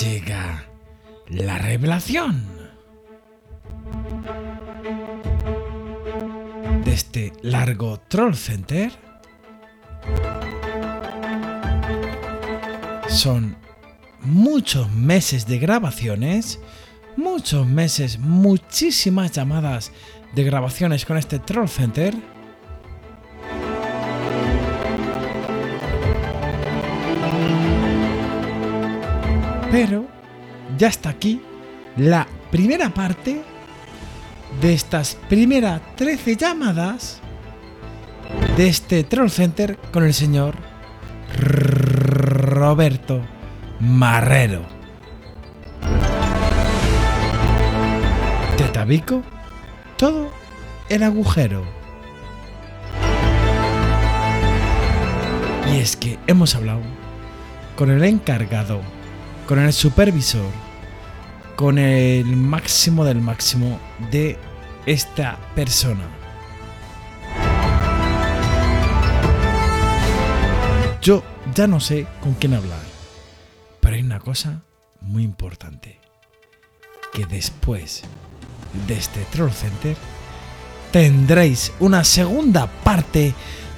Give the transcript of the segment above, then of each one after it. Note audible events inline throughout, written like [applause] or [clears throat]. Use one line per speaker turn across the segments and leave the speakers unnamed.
Llega la revelación. Desde este Largo Troll Center son muchos meses de grabaciones, muchos meses, muchísimas llamadas de grabaciones con este Troll Center. Pero ya está aquí la primera parte de estas primeras 13 llamadas de este Troll Center con el señor Roberto Marrero. De Tabico, todo el agujero. Y es que hemos hablado con el encargado, con el supervisor, con el máximo del máximo de esta persona. Yo ya no sé con quién hablar. Pero hay una cosa muy importante. Que después de este Troll Center tendréis una segunda parte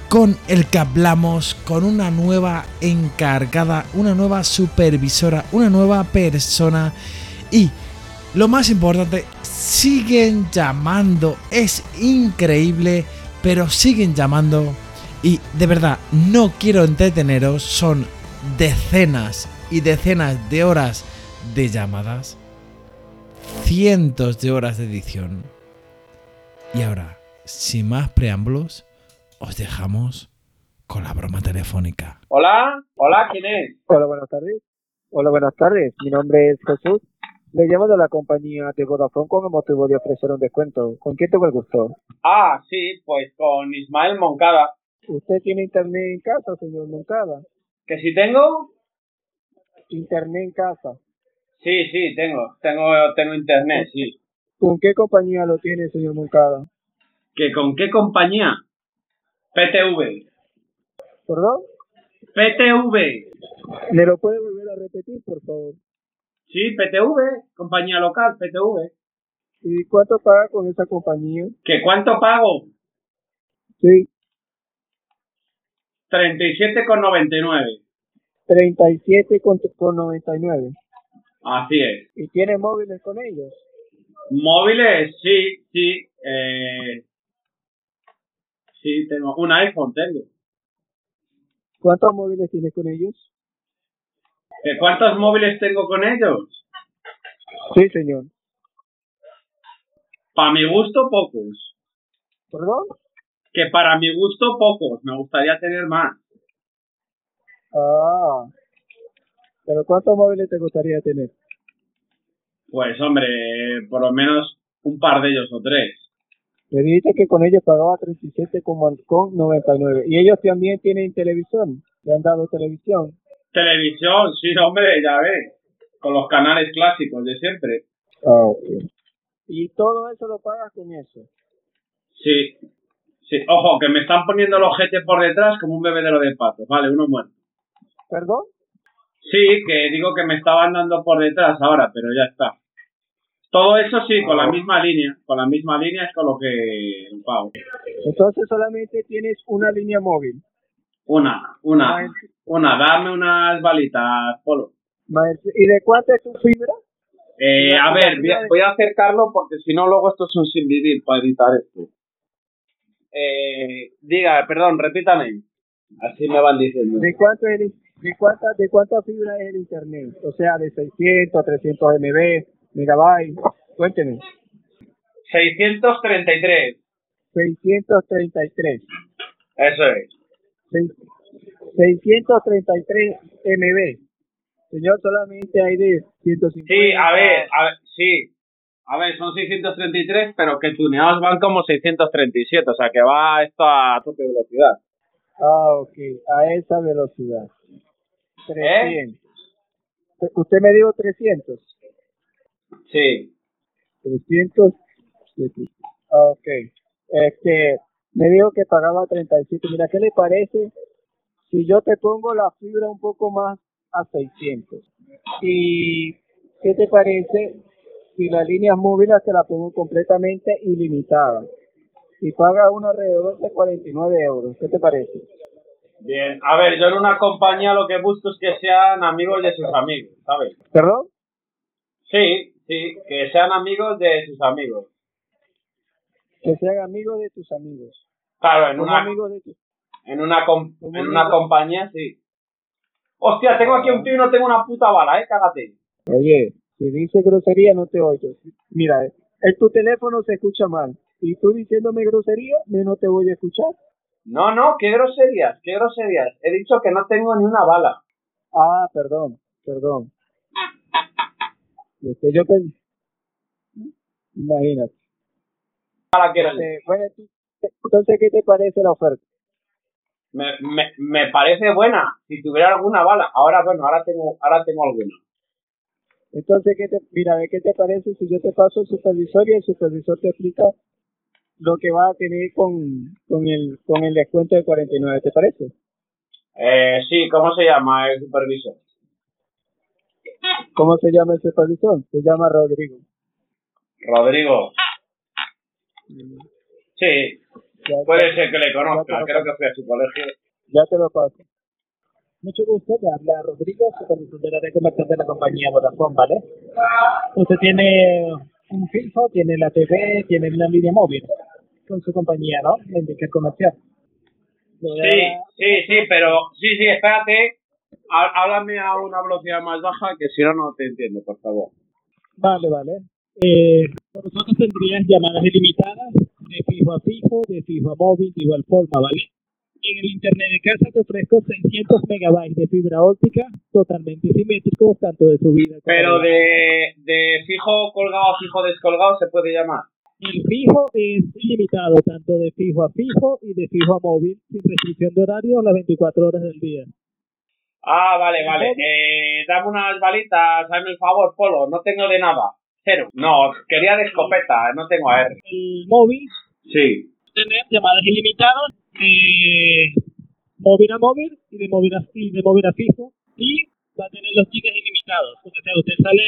con el que hablamos con una nueva encargada, una nueva supervisora, una nueva persona y lo más importante, siguen llamando, es increíble, pero siguen llamando y de verdad, no quiero entreteneros, son decenas y decenas de horas de llamadas, cientos de horas de edición. Y ahora, sin más preámbulos, os dejamos con la broma telefónica.
Hola, hola, ¿quién es?
Hola, buenas tardes. Hola, buenas tardes. Mi nombre es Jesús. Le llamo de la compañía de Vodafone con el motivo de ofrecer un descuento. ¿Con quién tengo el gusto?
Ah, sí, pues con Ismael Moncada.
¿Usted tiene internet en casa, señor Moncada?
¿Que si tengo?
Internet en casa.
Sí, sí, tengo, tengo, tengo internet, sí.
¿Con qué compañía lo tiene, señor Moncada?
¿Que con qué compañía? PTV.
¿Perdón?
PTV.
¿Me lo puede volver a repetir, por favor?
Sí, PTV, compañía local, PTV.
¿Y cuánto paga con esa compañía?
¿Que cuánto pago?
Sí,
37,99.
37 con, con 99.
Así es.
¿Y tiene móviles con ellos?
Móviles, sí, sí. Eh... Sí, tengo un iPhone, tengo.
¿Cuántos móviles tiene con ellos?
¿Que ¿Cuántos móviles tengo con ellos?
Sí, señor.
Para mi gusto, pocos.
¿Perdón?
Que para mi gusto, pocos. Me gustaría tener más.
Ah. ¿Pero cuántos móviles te gustaría tener?
Pues, hombre, por lo menos un par de ellos o tres.
Me dijiste que con ellos pagaba 37 con, con 99. ¿Y ellos también tienen televisión? ¿Le han dado televisión?
Televisión, sí, hombre, ya ves. Con los canales clásicos de siempre.
Ah, ok. ¿Y todo eso lo pagas con eso?
Sí. Sí, ojo, que me están poniendo el ojete por detrás como un bebedero de patos. Vale, uno muerto.
¿Perdón?
Sí, que digo que me estaban dando por detrás ahora, pero ya está. Todo eso sí, con la misma línea. Con la misma línea es con lo que pago.
Entonces solamente tienes una línea móvil,
Una, una, una. Dame unas balitas, Polo.
maestro. ¿Y de cuánto es tu fibra?
Eh, a ver, voy a, voy a acercarlo porque si no luego esto es un sin vivir para editar esto. Eh, diga, perdón, repítame. Así me van diciendo.
¿De cuánto es el- de cuánta, de cuánta fibra es el internet? O sea, de 600, 300 MB, megabytes. Cuénteme.
633.
633.
Eso es.
Seis- 633 MB. Señor, solamente hay de 150.
Sí, a ver, a ver, sí. Pues A ver, son 633, pero que tuneados van como 637, o sea que va esto a tope velocidad.
Ah, ok, a esa velocidad.
¿Eh?
300. Usted me dijo 300.
Sí.
300. Ah, ok. Este, me dijo que pagaba 37. Mira, ¿qué le parece si yo te pongo la fibra un poco más a 600? ¿Y qué te parece si las líneas móviles te las pongo completamente ilimitadas? Y paga un alrededor de 49 euros. ¿Qué te parece?
Bien, a ver, yo en una compañía lo que busco es que sean amigos de sus amigos, ¿sabes?
¿Perdón?
Sí, sí, que sean amigos de sus amigos.
Que sean amigos de tus amigos.
Claro, en
Un
una,
amigo de tus
en una, com-
un
en una
amigo.
compañía, sí. Hostia, tengo aquí un tío y no tengo una puta bala, eh, cágate.
Oye, si dices grosería no te oigo. Mira, eh, en tu teléfono se escucha mal. Y tú diciéndome grosería, yo no te voy a escuchar.
No, no, qué groserías, qué groserías. He dicho que no tengo ni una bala.
Ah, perdón, perdón. Es que yo pen- Imagínate.
Bala quiero decir.
Eh, bueno, tú- entonces, ¿qué te parece la oferta?
Me, me, me parece buena. Si tuviera alguna bala. Ahora, bueno, ahora tengo, ahora tengo alguna.
Entonces, ¿qué te, mira, a ver, ¿qué te parece si yo te paso el supervisor y el supervisor te explica lo que va a tener con, con, el, con el descuento de 49? ¿Te parece?
Eh, sí, ¿cómo se llama el supervisor?
¿Cómo se llama el supervisor? Se llama Rodrigo.
Rodrigo.
Mm.
Sí,
Ya,
puede ser que le conozca. Creo que fui a su colegio.
ya te lo paso. Mucho gusto, me habla Rodrigo, supervisor de la red comercial de la compañía Vodafone, ¿vale? Usted tiene un fijo, tiene la TV, tiene la línea móvil con su compañía, ¿no? La Indica comercial. Le voy a
Sí,
dar-
sí, sí, pero. Sí, sí, espérate. Há- Háblame a una velocidad más baja, que si no, no te entiendo, por favor.
Vale, vale. Eh, nosotros tendrías llamadas ilimitadas de fijo a fijo, de fijo a móvil, de igual forma, ¿vale? En el internet de casa te ofrezco 600 megabytes de fibra óptica totalmente simétricos, tanto de subida como
Pero
de...
de, de fijo colgado a fijo descolgado se puede llamar.
El fijo es ilimitado, tanto de fijo a fijo y de fijo a móvil, sin restricción de horario a las 24 horas del día.
Ah, vale, vale. Eh, dame unas balitas, hazme el favor, Polo. No tengo de nada. Cero. No, quería de escopeta, no tengo AR.
El móvil
Sí.
tener llamadas ilimitadas de móvil a móvil y de móvil a, y de móvil a fijo y va a tener los tickets ilimitados. O sea, usted sale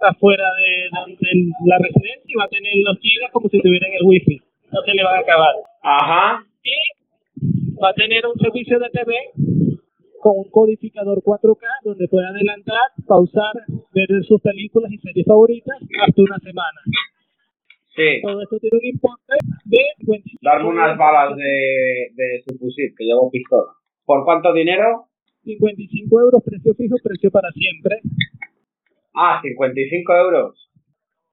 afuera de, de- de la residencia y va a tener los gigas como si tuviera en el wifi. No se le van a acabar.
Ajá.
Y va a tener un servicio de TV con un codificador 4K donde puede adelantar, pausar, ver sus películas y series favoritas hasta una semana.
Sí.
Todo esto tiene un importe de 55
Darme unas balas de, de su fusil, que llevo pistola. ¿Por cuánto dinero?
55 euros, precio fijo, precio para siempre.
Ah, 55 euros.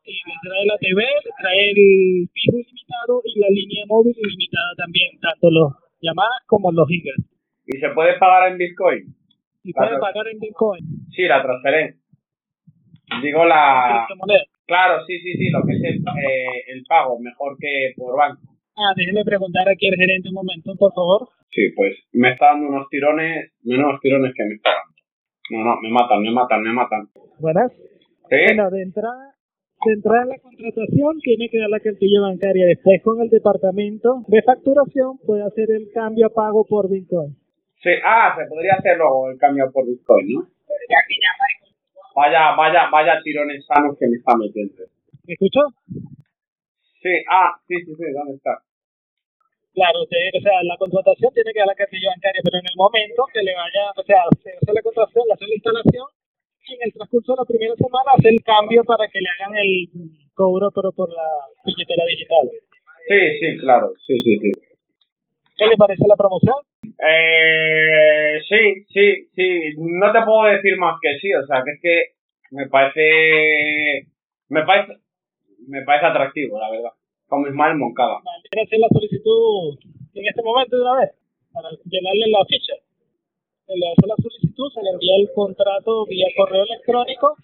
Y le trae la TV, le trae el fijo ilimitado y la línea móvil ilimitada también, tanto los llamadas como los gigas.
¿Y se puede pagar en Bitcoin?
Y
Claro.
puede pagar en Bitcoin,
Sí, la transferencia. Digo
en
la...
criptomonedas.
Claro, sí, sí, sí, lo que es el, eh, el pago, mejor que por banco.
Ah, déjeme preguntar aquí al gerente un momento, por favor.
Sí, pues me está dando unos tirones, menos tirones que me está dando. No, no, me matan, me matan, me matan.
Buenas.
¿Sí?
Bueno, de entrada, de entrada en la contratación tiene que dar la cartilla bancaria. Después con el departamento de facturación puede hacer el cambio a pago por Bitcoin.
Sí, ah, se podría hacer luego el cambio por Bitcoin, ¿no? Vaya, vaya, vaya tirones sanos que me está metiendo.
¿Me escuchó?
Sí, ah, sí, sí, sí, ¿dónde está?
Claro, usted, o sea, la contratación tiene que dar la cartilla bancaria, pero en el momento que le vaya, o sea, se hace la contratación, le hace la instalación, y en el transcurso de la primera semana hace el cambio para que le hagan el cobro, pero por la billetera digital.
Sí, sí, claro, sí, sí, sí.
¿Qué le parece la promoción?
Eh, sí, sí, sí. No te puedo decir más que sí. O sea, que es que me parece. Me parece. Me parece atractivo, la verdad. Con Ismael Moncada.
Vale, ¿Quiere hacer la solicitud en este momento de una vez? Para llenarle la ficha. Se le hace la solicitud, se le envía el contrato vía correo electrónico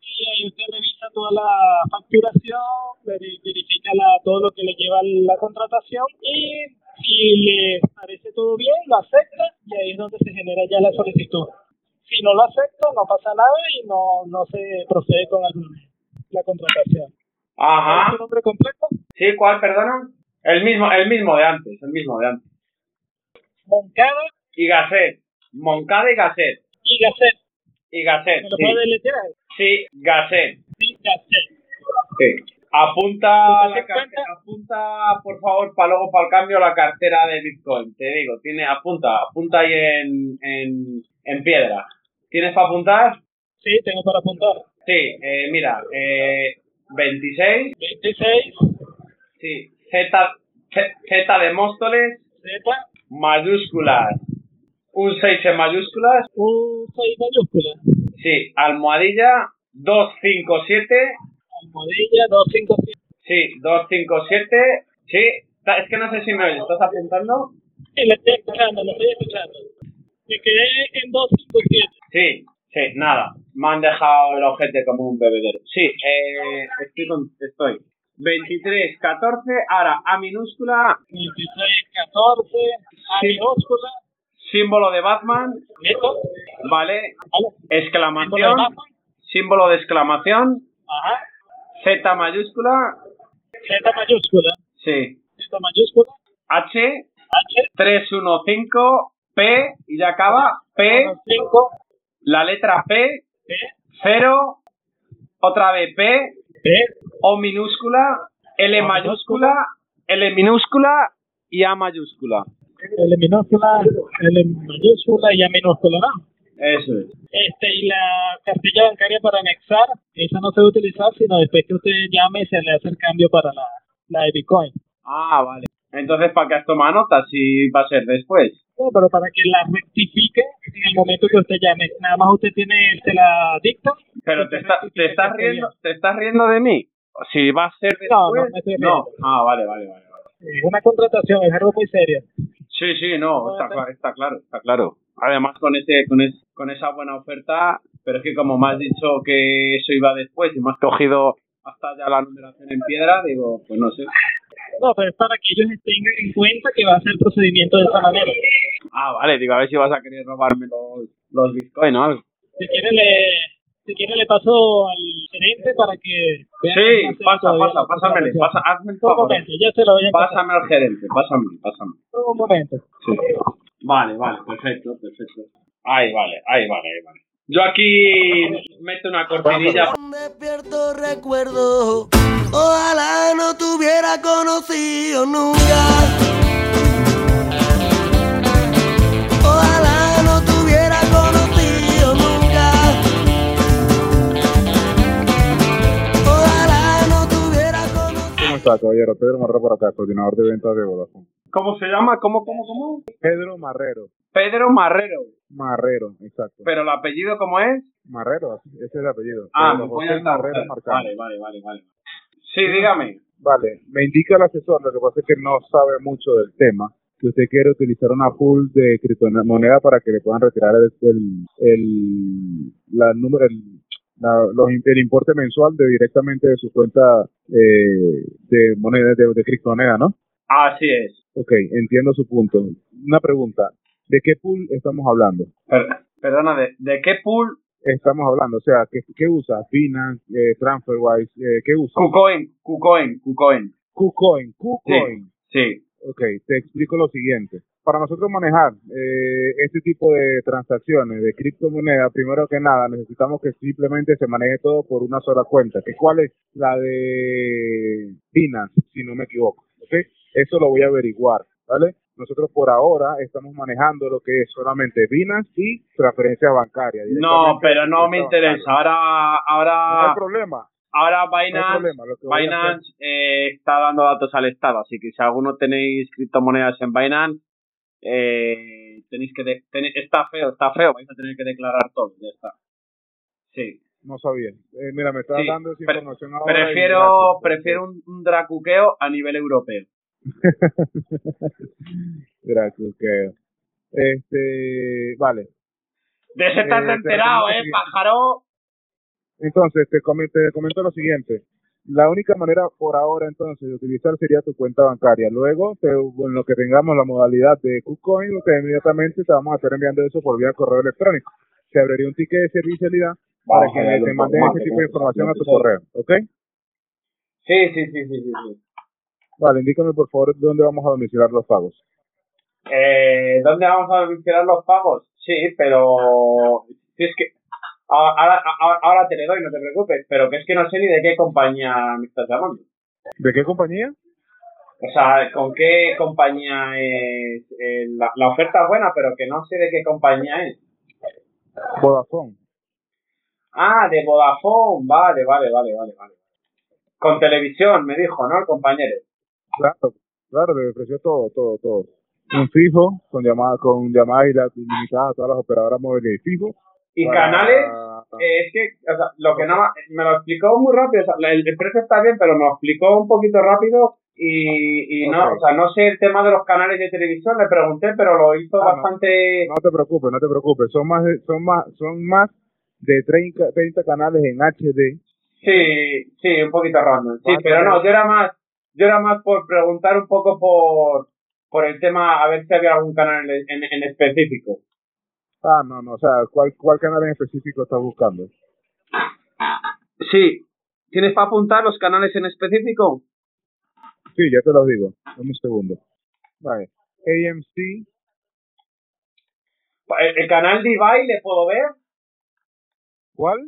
y ahí usted revisa toda la facturación, veri- verifica la, todo lo que le lleva la contratación y si le parece todo bien, lo acepta y ahí es donde se genera ya la solicitud. Si no lo acepta, no pasa nada y no, no se procede con el- la contratación. ¿Cuál es
Ajá.
su nombre completo?
¿Sí? ¿Cuál, perdona? El mismo, el mismo de antes, el mismo de antes.
Moncada
Y Gasset. Moncada y Gasset.
y Gasset.
y Gasset.
¿Me lo
sí.
puedes deletrear?
Sí, Gasset.
Sí, Gasset.
Sí. Apunta,
¿Te das
la carte-
cuenta?
apunta, por favor, para luego, para el cambio, la cartera de Bitcoin. Te digo, tiene, apunta, apunta ahí en, en, en piedra. ¿Tienes para apuntar?
Sí, tengo para apuntar.
Sí, eh, mira, eh, 26,
26,
sí, Z, Z, Z de Móstoles,
Z,
mayúsculas, un 6 en mayúsculas,
un 6 mayúscula.
sí, almohadilla, 257,
Almohadilla, 257.
sí, 257, sí, Ta- es que no sé si me oyes, ¿estás apuntando?
Sí, la estoy escuchando, la estoy escuchando. Me quedé en 257.
Sí, sí, nada. Me han dejado el ojete como un bebedero. Sí, eh, estoy con, estoy. 23, 14, ahora A minúscula,
26, 14, A
Sí.
minúscula,
símbolo de Batman,
¿listo?
¿vale?
¿Vale? Símbolo de
Exclamación,
Batman,
símbolo de exclamación,
Ajá.
Z mayúscula,
Z mayúscula,
sí.
Z mayúscula,
H,
H,
315, P, y ya acaba, P,
5,
la letra P,
P,
0, otra vez P,
P,
O minúscula, L
O
mayúscula, L minúscula y A mayúscula.
L minúscula, L mayúscula y A minúscula, ¿no?
Eso es.
Este, y la cartilla bancaria para anexar, esa no se va a utilizar, sino después que usted llame y se le hace el cambio para la, la de Bitcoin.
Ah, vale. Entonces, ¿para qué has tomado nota si va a ser después?
No, pero para que la rectifique en el momento que usted llame. Nada más usted tiene, se la dicta.
Pero te, está- te estás riendo, te estás riendo de mí. Si va a ser después.
No, no me estoy riendo.
Ah, vale, vale, vale. vale.
Es una contratación, es algo muy serio.
Sí, sí, no, está, cla- está claro, está claro. Además, con ese, con, es- con esa buena oferta, pero es que como me has dicho que eso iba después y me has cogido hasta ya la numeración en piedra, digo, pues no sé.
No, pero es para que ellos tengan en cuenta que va a ser el procedimiento de esa manera.
Ah, vale, digo, a ver si vas a querer robarme los, los bitcoins o algo.
Si quiere, le, si quiere, le paso al gerente para que. vea
Sí,
cómo hacer
pasa,
todavía
pasa,
la
pásamele,
contratación.
pasa, hazme el
Un
favor.
momento, ya se lo voy a pasar.
Pásame al gerente, pásame, pásame.
Un momento.
Sí. Vale, vale, perfecto, perfecto. Ahí, vale, ahí, vale, ahí, vale. Yo aquí meto una cortinilla.
Despierto recuerdo, ojalá no te hubiera conocido nunca. Ojalá no te hubiera conocido nunca. Ojalá no te hubiera conocido.
¿Cómo está, caballero? Pedro Marrero por acá, coordinador de ventas de Vodafone.
¿Cómo se llama? ¿Cómo, cómo, cómo?
Pedro Marrero.
Pedro Marrero.
Marrero, exacto.
Pero el apellido, ¿cómo es?
Marrero, así- ese es el apellido.
Ah,
Pedro
me voy
José
a dar.
Marrero Marcano.
Vale, vale, vale, vale. Sí, dígame.
Vale, me indica el asesor, lo que pasa es que no sabe mucho del tema, que usted quiere utilizar una pool de criptomoneda para que le puedan retirar el, el, el- la número, el, la- los im- el importe mensual de directamente de su cuenta eh, de moneda, de, de criptomoneda, ¿no?
Así es.
Ok, entiendo su punto. Una pregunta, ¿de qué pool estamos hablando?
Per- perdona, ¿de, ¿de qué pool?
estamos hablando? O sea, ¿qué, qué usa? Binance, eh, TransferWise, eh, ¿qué usa?
Kucoin, Kucoin, Kucoin.
KuCoin, KuCoin.
Sí,
Ok, te explico lo siguiente. Para nosotros manejar eh, este tipo de transacciones de criptomonedas, primero que nada, necesitamos que simplemente se maneje todo por una sola cuenta, que cuál es la de Binance, si no me equivoco. Ok, eso lo voy a averiguar, ¿vale? Nosotros por ahora estamos manejando lo que es solamente Binance y transferencias bancarias.
No,
directamente
pero
de
no me
cuenta
interesa.
bancaria.
Ahora,
No hay
ahora,
problema.
ahora
No hay
Binance,
problema, lo que voy a hacer-
Binance eh, está dando datos al Estado, así que si alguno tenéis criptomonedas en Binance, eh, tenéis que de- tenéis- está feo, está feo, vais a tener que declarar todo, ya está. Sí.
No sabía. Eh, mira, me está
Sí,
dando esa
pre-
información ahora. y
Prefiero,
gracias.
prefiero un, un dracuqueo a nivel europeo.
Gracias, ok. Este, vale.
De ese estás
Eh, te
enterado,
recomiendo
eh,
que-
pájaro.
Entonces, te comento, te comento lo siguiente. La única manera por ahora, entonces, de utilizar sería tu cuenta bancaria. Luego, te, en lo que tengamos la modalidad de KuCoin, te- inmediatamente te vamos a estar enviando eso por vía correo electrónico. Te abriría un ticket de servicialidad para que te manden ese tipo de información a tu correo, ¿ok?
Sí, sí, sí, sí, sí. sí.
Vale, indícame por favor dónde vamos a domiciliar los pagos.
Eh, ¿Dónde vamos a vincular los pagos? Sí, pero si es que Ahora, ahora, ahora- ahora te le doy, no te preocupes, pero que es que no sé ni de qué compañía me estás llamando.
¿De qué compañía?
O sea, con qué compañía es. eh, la, la oferta es buena, pero que no sé de qué compañía es.
Vodafone.
Ah, de Vodafone. Vale, vale, vale, vale. vale. Con televisión, me dijo, ¿no? El compañero.
Claro, claro, te ofreció todo, todo, todo. Un fijo, con llamada, con llamadas ilimitadas a todas las operadoras móviles y fijo.
Y
Para-
canales, eh, es que, o sea, lo que nada más- me lo explicó muy rápido, o sea, la- el, el precio está bien, pero me lo explicó un poquito rápido y, y no,
Ok.
o sea, no sé el tema de los canales de televisión, le pregunté, pero lo hizo
Ah, no.
bastante...
No te preocupes, no te preocupes. Son más de, son más, son más de 30, 30 canales en HD.
Sí, sí, un poquito random. Sí,
Vale,
pero no,
vale.
yo era más, yo era más por preguntar un poco por, por el tema, a ver si había algún canal en, en- en específico.
Ah, no, no, o sea, ¿cuál, cuál canal en específico estás buscando?
Sí. ¿Tienes para apuntar los canales en específico?
Sí, ya te los digo. Dame un segundo. Vale. AMC,
¿El, el canal de le puedo ver?
¿cuál?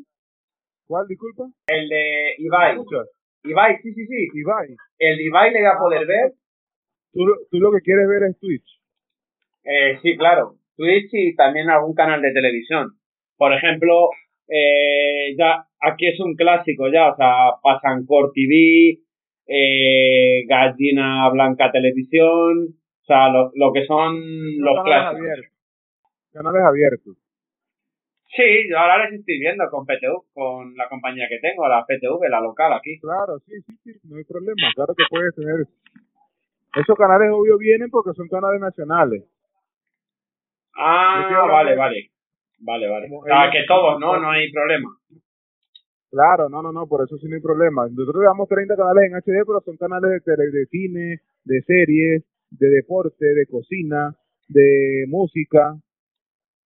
¿Cuál, disculpa?
El de Ibai.
Escucha,
Ibai, sí, sí, sí.
Ibai,
¿El de Ibai le voy a poder ver?
tú, lo- tú lo que quieres ver es Twitch.
Eh, sí, claro. Twitch y también algún canal de televisión. Por ejemplo, eh, ya aquí es un clásico ya, o sea, pasan Core TV, eh, Gallina Blanca Televisión, o sea, lo, lo que son los
canales
clásicos.
abiertos. Canales abiertos.
Sí, yo ahora les estoy viendo con PTV, con la compañía que tengo, la PTV, la local aquí.
Claro, sí, sí, sí, no hay problema. Claro que puedes tener. Esos canales, obvio, vienen porque son canales nacionales. Yo estoy
Ah,
hablando
vale,
de-
vale. Vale, vale.
Como
O sea,
ellos-
que todos, ¿no? No hay problema.
Claro, no, no, no, por eso sí no hay problema. Nosotros le damos 30 canales en HD, pero son canales de, tele, de cine, de series, de deporte, de cocina, de música.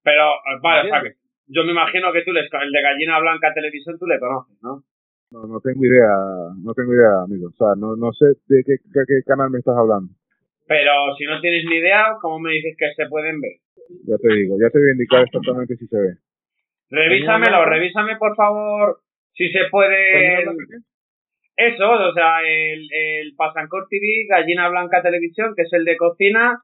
Pero, eh, vale, o sea, que
¿Entiendes?
yo me imagino que tú, les, el de Gallina Blanca Televisión, tú le conoces, ¿no?
No, no tengo idea, no tengo idea, amigo. O sea, no, no sé de qué, qué- qué canal me estás hablando.
Pero si no tienes ni idea, ¿cómo me dices que se pueden ver?
Ya te digo, ya te voy a indicar exactamente si se ve.
Revísamelo,
Gallina Blanca.
revísame por favor si se puede... Eso, o sea, el, el Pasancor TV, Gallina Blanca Televisión, que es el de cocina,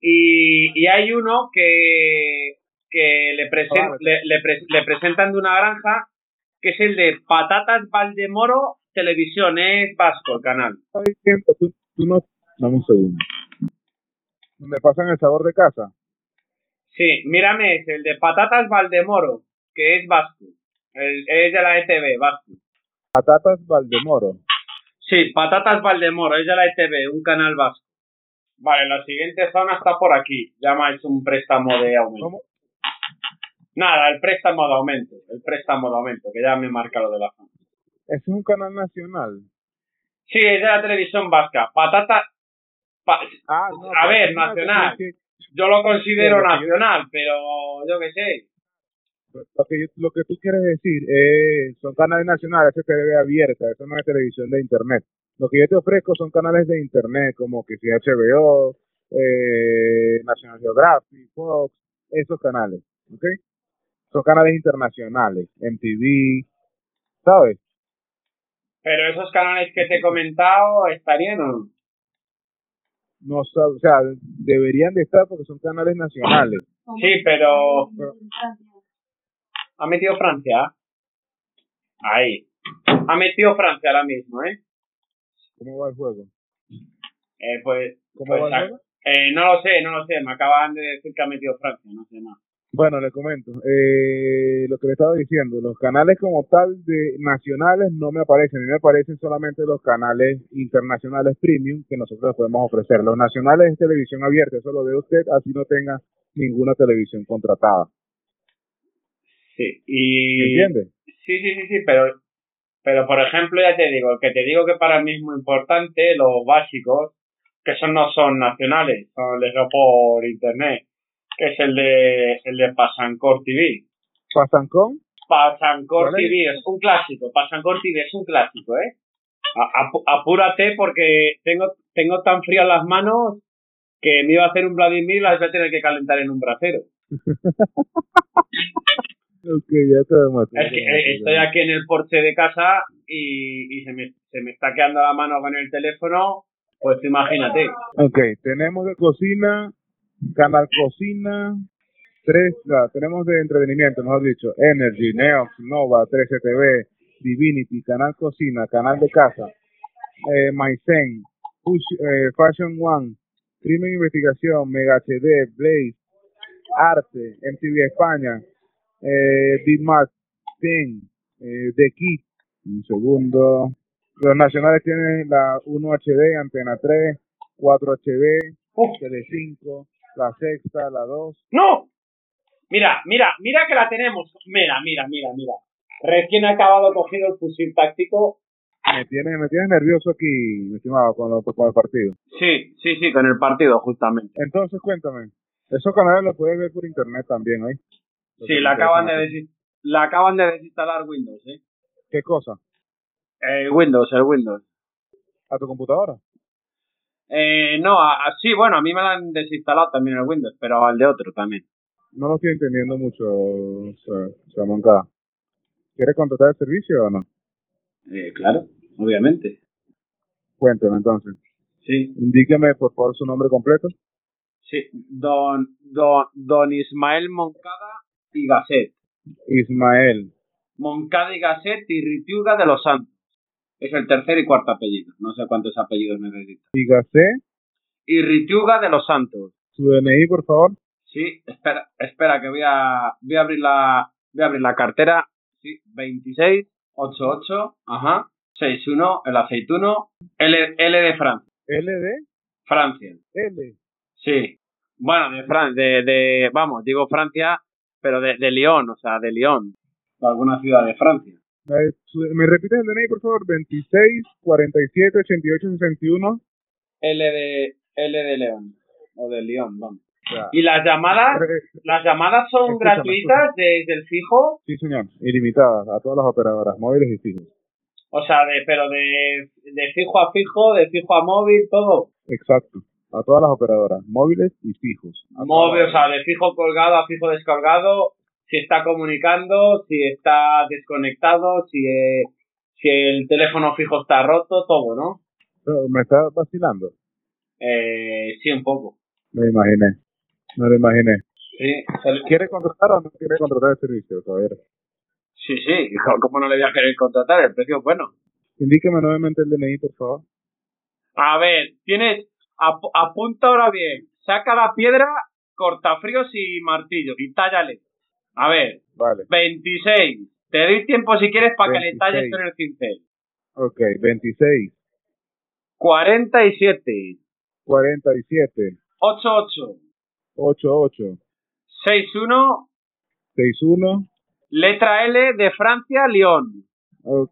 y, y hay uno que, que le, presen-
Vale.
le, le pres- le presentan de una granja, que es el de Patatas Valdemoro Televisión, es vasco el canal.
Estás diciendo, tú, tú no... Dame un segundo. ¿Me pasan el sabor de casa?
Sí, mírame, es el de Patatas Valdemoro, que es vasco. El, es de la ETV, vasco.
Patatas Valdemoro.
Sí, Patatas Valdemoro, es de la ETV, un canal vasco. Vale, la siguiente zona está por aquí. Llamáis un préstamo de aumento.
¿Cómo?
Nada, el préstamo de aumento. El préstamo de aumento, que ya me marca lo de la zona.
Ese es un canal nacional.
Sí, es de la televisión vasca. Patata. pa-
Ah, no,
A
pero
ver,
es una-
nacional.
que-
yo lo considero
Sí, lo que yo-
nacional, pero yo qué sé.
Lo que, yo- lo que tú quieres decir eh, son canales nacionales, eso es TV abierta, eso no es televisión de internet. Lo que yo te ofrezco son canales de internet, como que si HBO, eh, National Geographic, Fox, esos canales, ¿ok? Son canales internacionales, MTV, ¿sabes?
Pero esos canales que te he comentado estarían o no.
No, sa- o sea, deberían de estar porque son canales nacionales.
Sí, pero. Ha metido Francia. Ahí. Ha metido Francia ahora mismo, ¿eh?
¿Cómo va el juego?
Eh, pues.
¿Cómo
pues,
va el
ah,
juego?
eh, no lo sé, no lo sé. Me acaban de decir que ha metido Francia, no sé más.
Bueno, le comento. Eh, lo que le estaba diciendo, los canales como tal de nacionales no me aparecen. A mí me aparecen solamente los canales internacionales premium que nosotros podemos ofrecer. Los nacionales es televisión abierta, eso lo ve usted, así no tenga ninguna televisión contratada.
Sí. Y.
¿Entiende?
Sí, sí, sí, sí, pero. Pero, por ejemplo, ya te digo, el que te digo que para mí es muy importante, los básicos, que son no son nacionales, son les doy por internet, que es el de, el de Pasancor TV.
¿Pasan con?
Pasancor
¿Vale?
TV es un clásico. Pasancor TV es un clásico, ¿eh? A- apu- apúrate porque tengo, tengo tan frías las manos que me iba a hacer un Vladimir y las voy a tener que calentar en un brasero.
Ok, ya te demuestro.
Es que eh, estoy aquí en el porche de casa y, y se, me, se me está quedando la mano con el teléfono. Pues imagínate.
Ok, tenemos de cocina, canal cocina, tres, ah, tenemos de entretenimiento, mejor dicho, Energy, Neox, Nova, 13TV, Divinity, canal cocina, canal de casa, eh, Maizen, Fush- eh, Fashion One, Crimen e Investigación, Mega HD, Blaze, Arte, MTV España, eh, D-Max, Ten, eh, The Kid, un segundo. Los nacionales tienen la 1HD, Antena 3, 4HD,
Uf.
Tele5, la sexta, la 2.
¡No! Mira, mira, mira que la tenemos. Mira, mira, mira, mira. Recién acabado cogido el fusil táctico.
Me tienes, me tienes nervioso aquí, mi estimado, con, lo- con el partido.
Sí, sí, sí, con el partido, justamente.
Entonces, cuéntame. Esos canales los puedes ver por internet también, ¿oí? Lo
Sí,
que
la
me
acaban de
interesa.
desin- la acaban de desinstalar Windows, ¿eh?
¿Qué cosa?
El Eh, Windows, el Windows.
¿A tu computadora?
Eh, no, a- a- sí, bueno, a mí me la han desinstalado también el Windows, pero al de otro también.
No lo estoy entendiendo mucho, o sea, se ha montado. ¿Quieres contratar el servicio o no?
Eh, claro, obviamente.
Cuéntame entonces.
Sí,
Indíqueme, por favor, su nombre completo.
sí. Don, don, don Ismael Moncada y Gasset.
Ismael.
Moncada y Gasset y Ritiuga de los Santos. Es el tercer y cuarto apellido. No sé cuántos apellidos necesito.
Dígase
Y Ritiuga de los Santos.
su DNI, por favor.
Sí, espera, espera, que voy a, voy a abrir la, voy a abrir la cartera. Sí, 26, 88, ajá, 61, el aceituno, L, L de Francia,
LD.
Francia,
L.
sí. Bueno, de Francia, de, de, vamos, digo Francia, pero de, de Lyon, o sea, de Lyon, de alguna ciudad de Francia.
Eh, su- ¿Me repites el DNI, por favor? 26, 47, 88, 61.
L de, L de León, o de Lyon, vamos.
Ya.
Y las llamadas,
Re-
las llamadas son
Escúchame,
gratuitas desde el fijo
Sí, señor. Ilimitadas a todas las operadoras, móviles y fijos.
O sea, de, pero de, de fijo a fijo, de fijo a móvil, todo.
Exacto. A todas las operadoras, móviles y fijos. A
Móvil, o
todas.
sea, de fijo colgado a fijo descolgado, si está comunicando, si está desconectado, si, eh, si el teléfono fijo está roto, todo, ¿no?
Pero Me está vacilando.
Eh, sí, un poco.
Me lo imaginé. Me lo imaginé.
Sí, sal-
¿Quiere contratar o no quiere contratar el servicio, caballero?
sí, sí, ¿cómo no le voy a querer contratar? El precio es bueno.
Indíqueme nuevamente el DNI, por favor.
A ver, tienes, ap- apunta ahora bien, saca la piedra, cortafríos y martillo, y tállale. A ver,
Vale.
26. Te doy tiempo si quieres para que le
26.
talles con el cincel.
Ok, 26,
47.
47,
88.
88,
61.
61.
Letra L de Francia, Lyon.
Ok,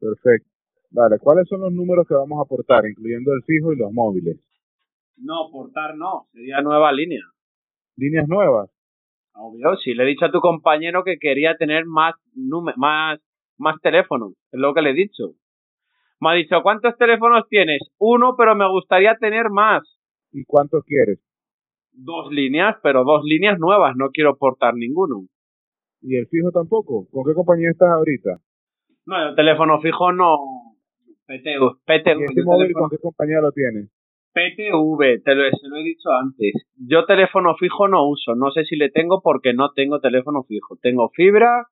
perfecto. Vale, ¿cuáles son los números que vamos a aportar, incluyendo el fijo y los móviles?
No, portar no. Sería nueva línea.
Líneas nuevas.
Obvio, si le he dicho a tu compañero que quería tener más nume- más más teléfonos. Es lo que le he dicho. Me ha dicho, ¿cuántos teléfonos tienes? Uno, pero me gustaría tener más.
¿Y cuántos quieres?
Dos líneas, pero dos líneas nuevas. No quiero portar ninguno.
¿Y el fijo tampoco? ¿Con qué compañía estás ahorita?
No, el teléfono fijo no. PTV.
¿Y este móvil con qué compañía lo tienes?
PTV, te lo, se lo he dicho antes. Yo teléfono fijo no uso. No sé si le tengo porque no tengo teléfono fijo. Tengo fibra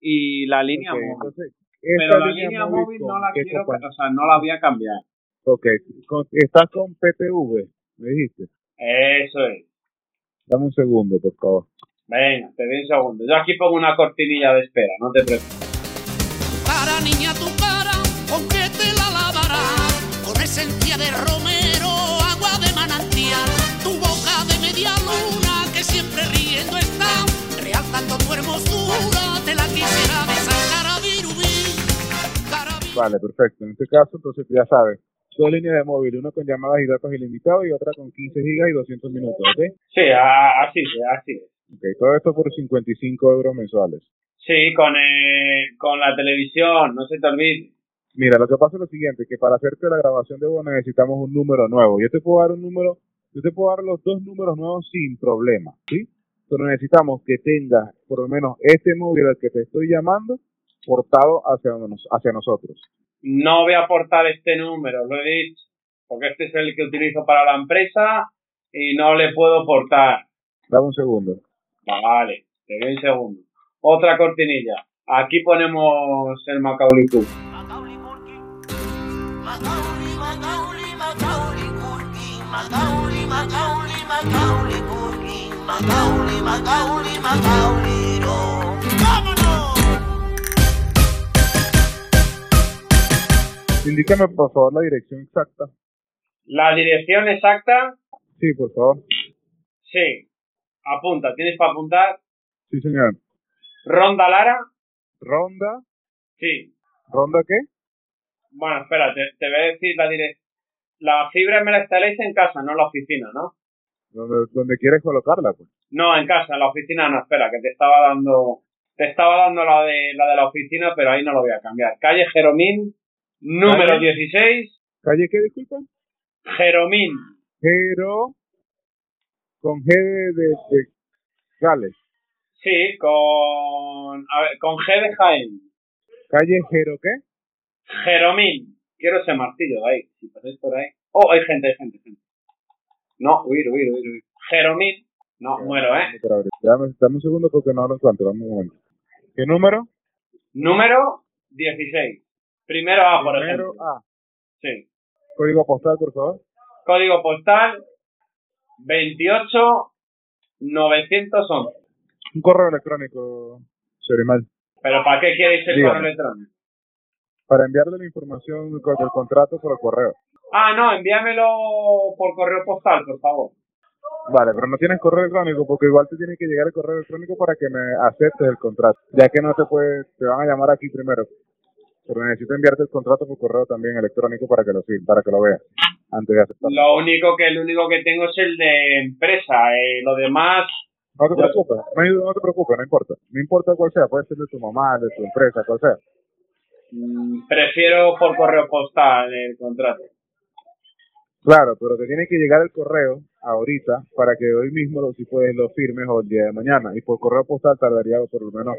y la línea
Ok,
móvil.
entonces,
Pero
esta
la línea móvil no
con
la
qué
quiero,
compañía-
o sea, no la voy a cambiar.
Ok, con- estás con PTV, me dijiste.
Eso es.
Dame un segundo, por favor.
Venga, te doy un segundo. Yo aquí pongo una cortinilla de espera, no te preocupes.
Para niña tu cara, ¿con qué te la lavarás? Con esencia de romero, agua de manantial, tu boca de media luna que siempre riendo está, realzando tu hermosura, te la quisiera besar, carabirubi, carabirubi.
Vale, perfecto. En este caso, entonces ya sabes. Dos líneas de móvil, una con llamadas y datos ilimitados y otra con 15 gigas y 200 minutos, ¿ok?
Sí, a- así, así.
Ok, todo esto por 55 euros mensuales.
Sí, con, eh, con la televisión, no se te olvide.
Mira, lo que pasa es lo siguiente, que para hacerte la grabación de vos necesitamos un número nuevo. Yo te puedo dar un número, yo te puedo dar los dos números nuevos sin problema, ¿sí? Pero necesitamos que tenga por lo menos este móvil al que te estoy llamando portado hacia, nos- hacia nosotros.
No voy a aportar este número, lo he dicho, porque este es el que utilizo para la empresa y no le puedo aportar.
Dame un segundo.
Vale, te doy un segundo. Otra cortinilla. Aquí ponemos el Macaulay Culkin.
Macaulay Culkin. Macaulay, Macaulay, Macaulay Culkin. Macaulay, Macaulay, Macaulay Culkin. Macaulay, Macaulay, Macaulay, no.
Indícame por favor la dirección exacta.
La dirección exacta,
Sí, por favor.
sí. Apunta, tienes para apuntar.
Sí, señor.
Ronda Lara,
Ronda.
sí.
¿Ronda qué?
Bueno, espera, te, te voy a decir la dirección. La fibra me la instaléis en casa, no en la oficina, ¿no?
Donde, donde quieres colocarla, pues.
No, en casa, en la oficina no, espera, que te estaba dando. Te estaba dando la de la, de la oficina, pero ahí no lo voy a cambiar. Calle Jeromín, número
Calle.
16.
¿Calle qué, disculpa?
Jeromín,
Jero. Con G de, de- de Gales.
sí, con. A ver, con G de Jaén.
¿Calle Jero qué?
Jeromín. Quiero ese martillo de ahí. Si pasáis por ahí. Oh, hay gente, hay gente, hay gente. No, huir, huir, huir, huir. Jeromín. No, muero, ¿eh?
Espera, a ver, Dame, dame un segundo porque no lo encuentro. Dame un momento. ¿Qué número?
Número 16. Primero A, Ah, por
Primero
ejemplo.
A.
Sí.
Código postal, por favor.
Código postal 28911.
Un correo electrónico, señor Imal,
¿Pero para qué queréis el
Dígame.
correo electrónico?
para enviarle la información co- del contrato por el correo.
Ah, no, envíamelo por correo postal, por favor.
Vale, pero no tienes correo electrónico porque igual te tiene que llegar el correo electrónico para que me aceptes el contrato, ya que no te puede, te van a llamar aquí primero. Pero necesito enviarte el contrato por correo también electrónico para que lo sir- para que lo veas antes de aceptarlo.
Lo único que el único que tengo es el de empresa. eh, lo demás
No te preocupes, no, no te preocupes, no importa. No importa cuál sea, puede ser de tu mamá, de tu empresa, cual sea.
Mm, Prefiero por correo postal el contrato.
Claro, pero te tiene que llegar el correo ahorita para que hoy mismo, lo- si puedes, lo firmes o el día de mañana. Y por correo postal tardaría por lo menos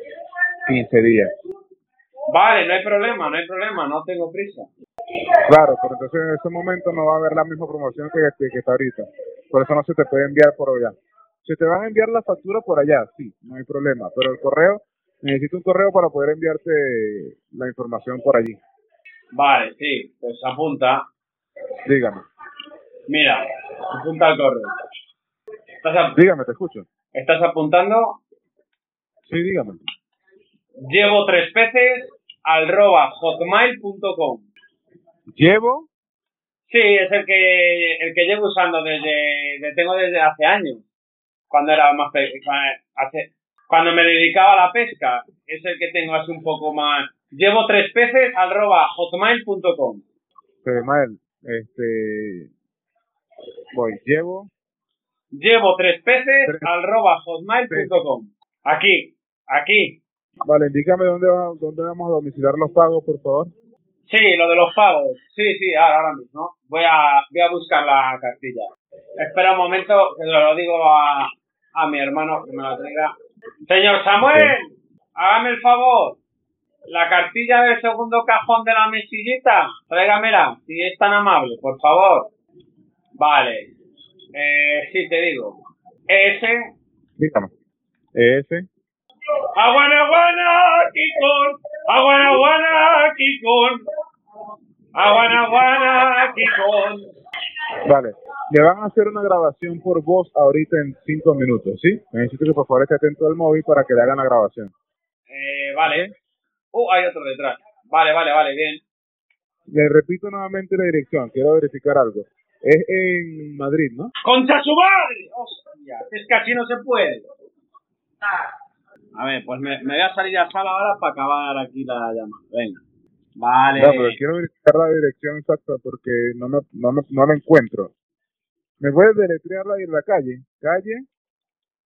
15 días.
Vale, no hay problema, no hay problema, no tengo prisa.
Claro, pero entonces en ese momento no va a haber la misma promoción que, que, que está ahorita. Por eso no se te puede enviar por allá. Se te van a enviar la factura por allá, sí, no hay problema. Pero el correo, necesito un correo para poder enviarte la información por allí.
Vale, sí, pues apunta.
Dígame,
Mira, apunta al correo. ¿Estás, a-
dígame, te escucho.
estás apuntando?
Sí, dígame.
Llevo tres peces al roba hotmail.com.
Llevo,
Sí, es el que el que llevo usando desde que tengo desde hace años. Cuando era más pe- cua- hace cuando me dedicaba a la pesca, es el que tengo así un poco más. Llevo tres peces al roba hotmail.com.
eh, Mael, este, voy, llevo
Llevo tres peces
Tres.
al roba hotmail.com. Aquí, aquí.
Vale, indícame dónde, va- dónde vamos a domiciliar los pagos, por favor.
Sí, lo de los pagos. Sí, sí, ahora, ahora mismo. Voy a, voy a buscar la cartilla. Espera un momento, que se lo digo a, a mi hermano que me la traiga. Señor Samuel, hágame el favor. La cartilla del segundo cajón de la mesillita, tráigamela, si es tan amable, por favor. Vale. Eh, sí, te digo. S,
Dígame. ES,
Aguana, aguana, Kikon. Aguana, aguana, Kikon. Aguana, aguana, Kikon.
vale. Le van a hacer una grabación por voz ahorita en cinco minutos, ¿sí? Necesito que por favor esté atento al móvil para que le hagan la grabación.
Eh, vale. Uh, hay otro detrás. Vale, vale, vale, bien.
Le repito nuevamente la dirección, quiero verificar algo. Es en Madrid, ¿no?
¡Concha su madre! ¡Hostia! Es que así no se puede. A ver, pues me, me voy a salir a sala ahora para acabar aquí la llamada. Venga. Vale.
No, pero quiero verificar la dirección exacta porque no, me, no, me- no la encuentro. ¿Me puedes deletrear la, la calle? Calle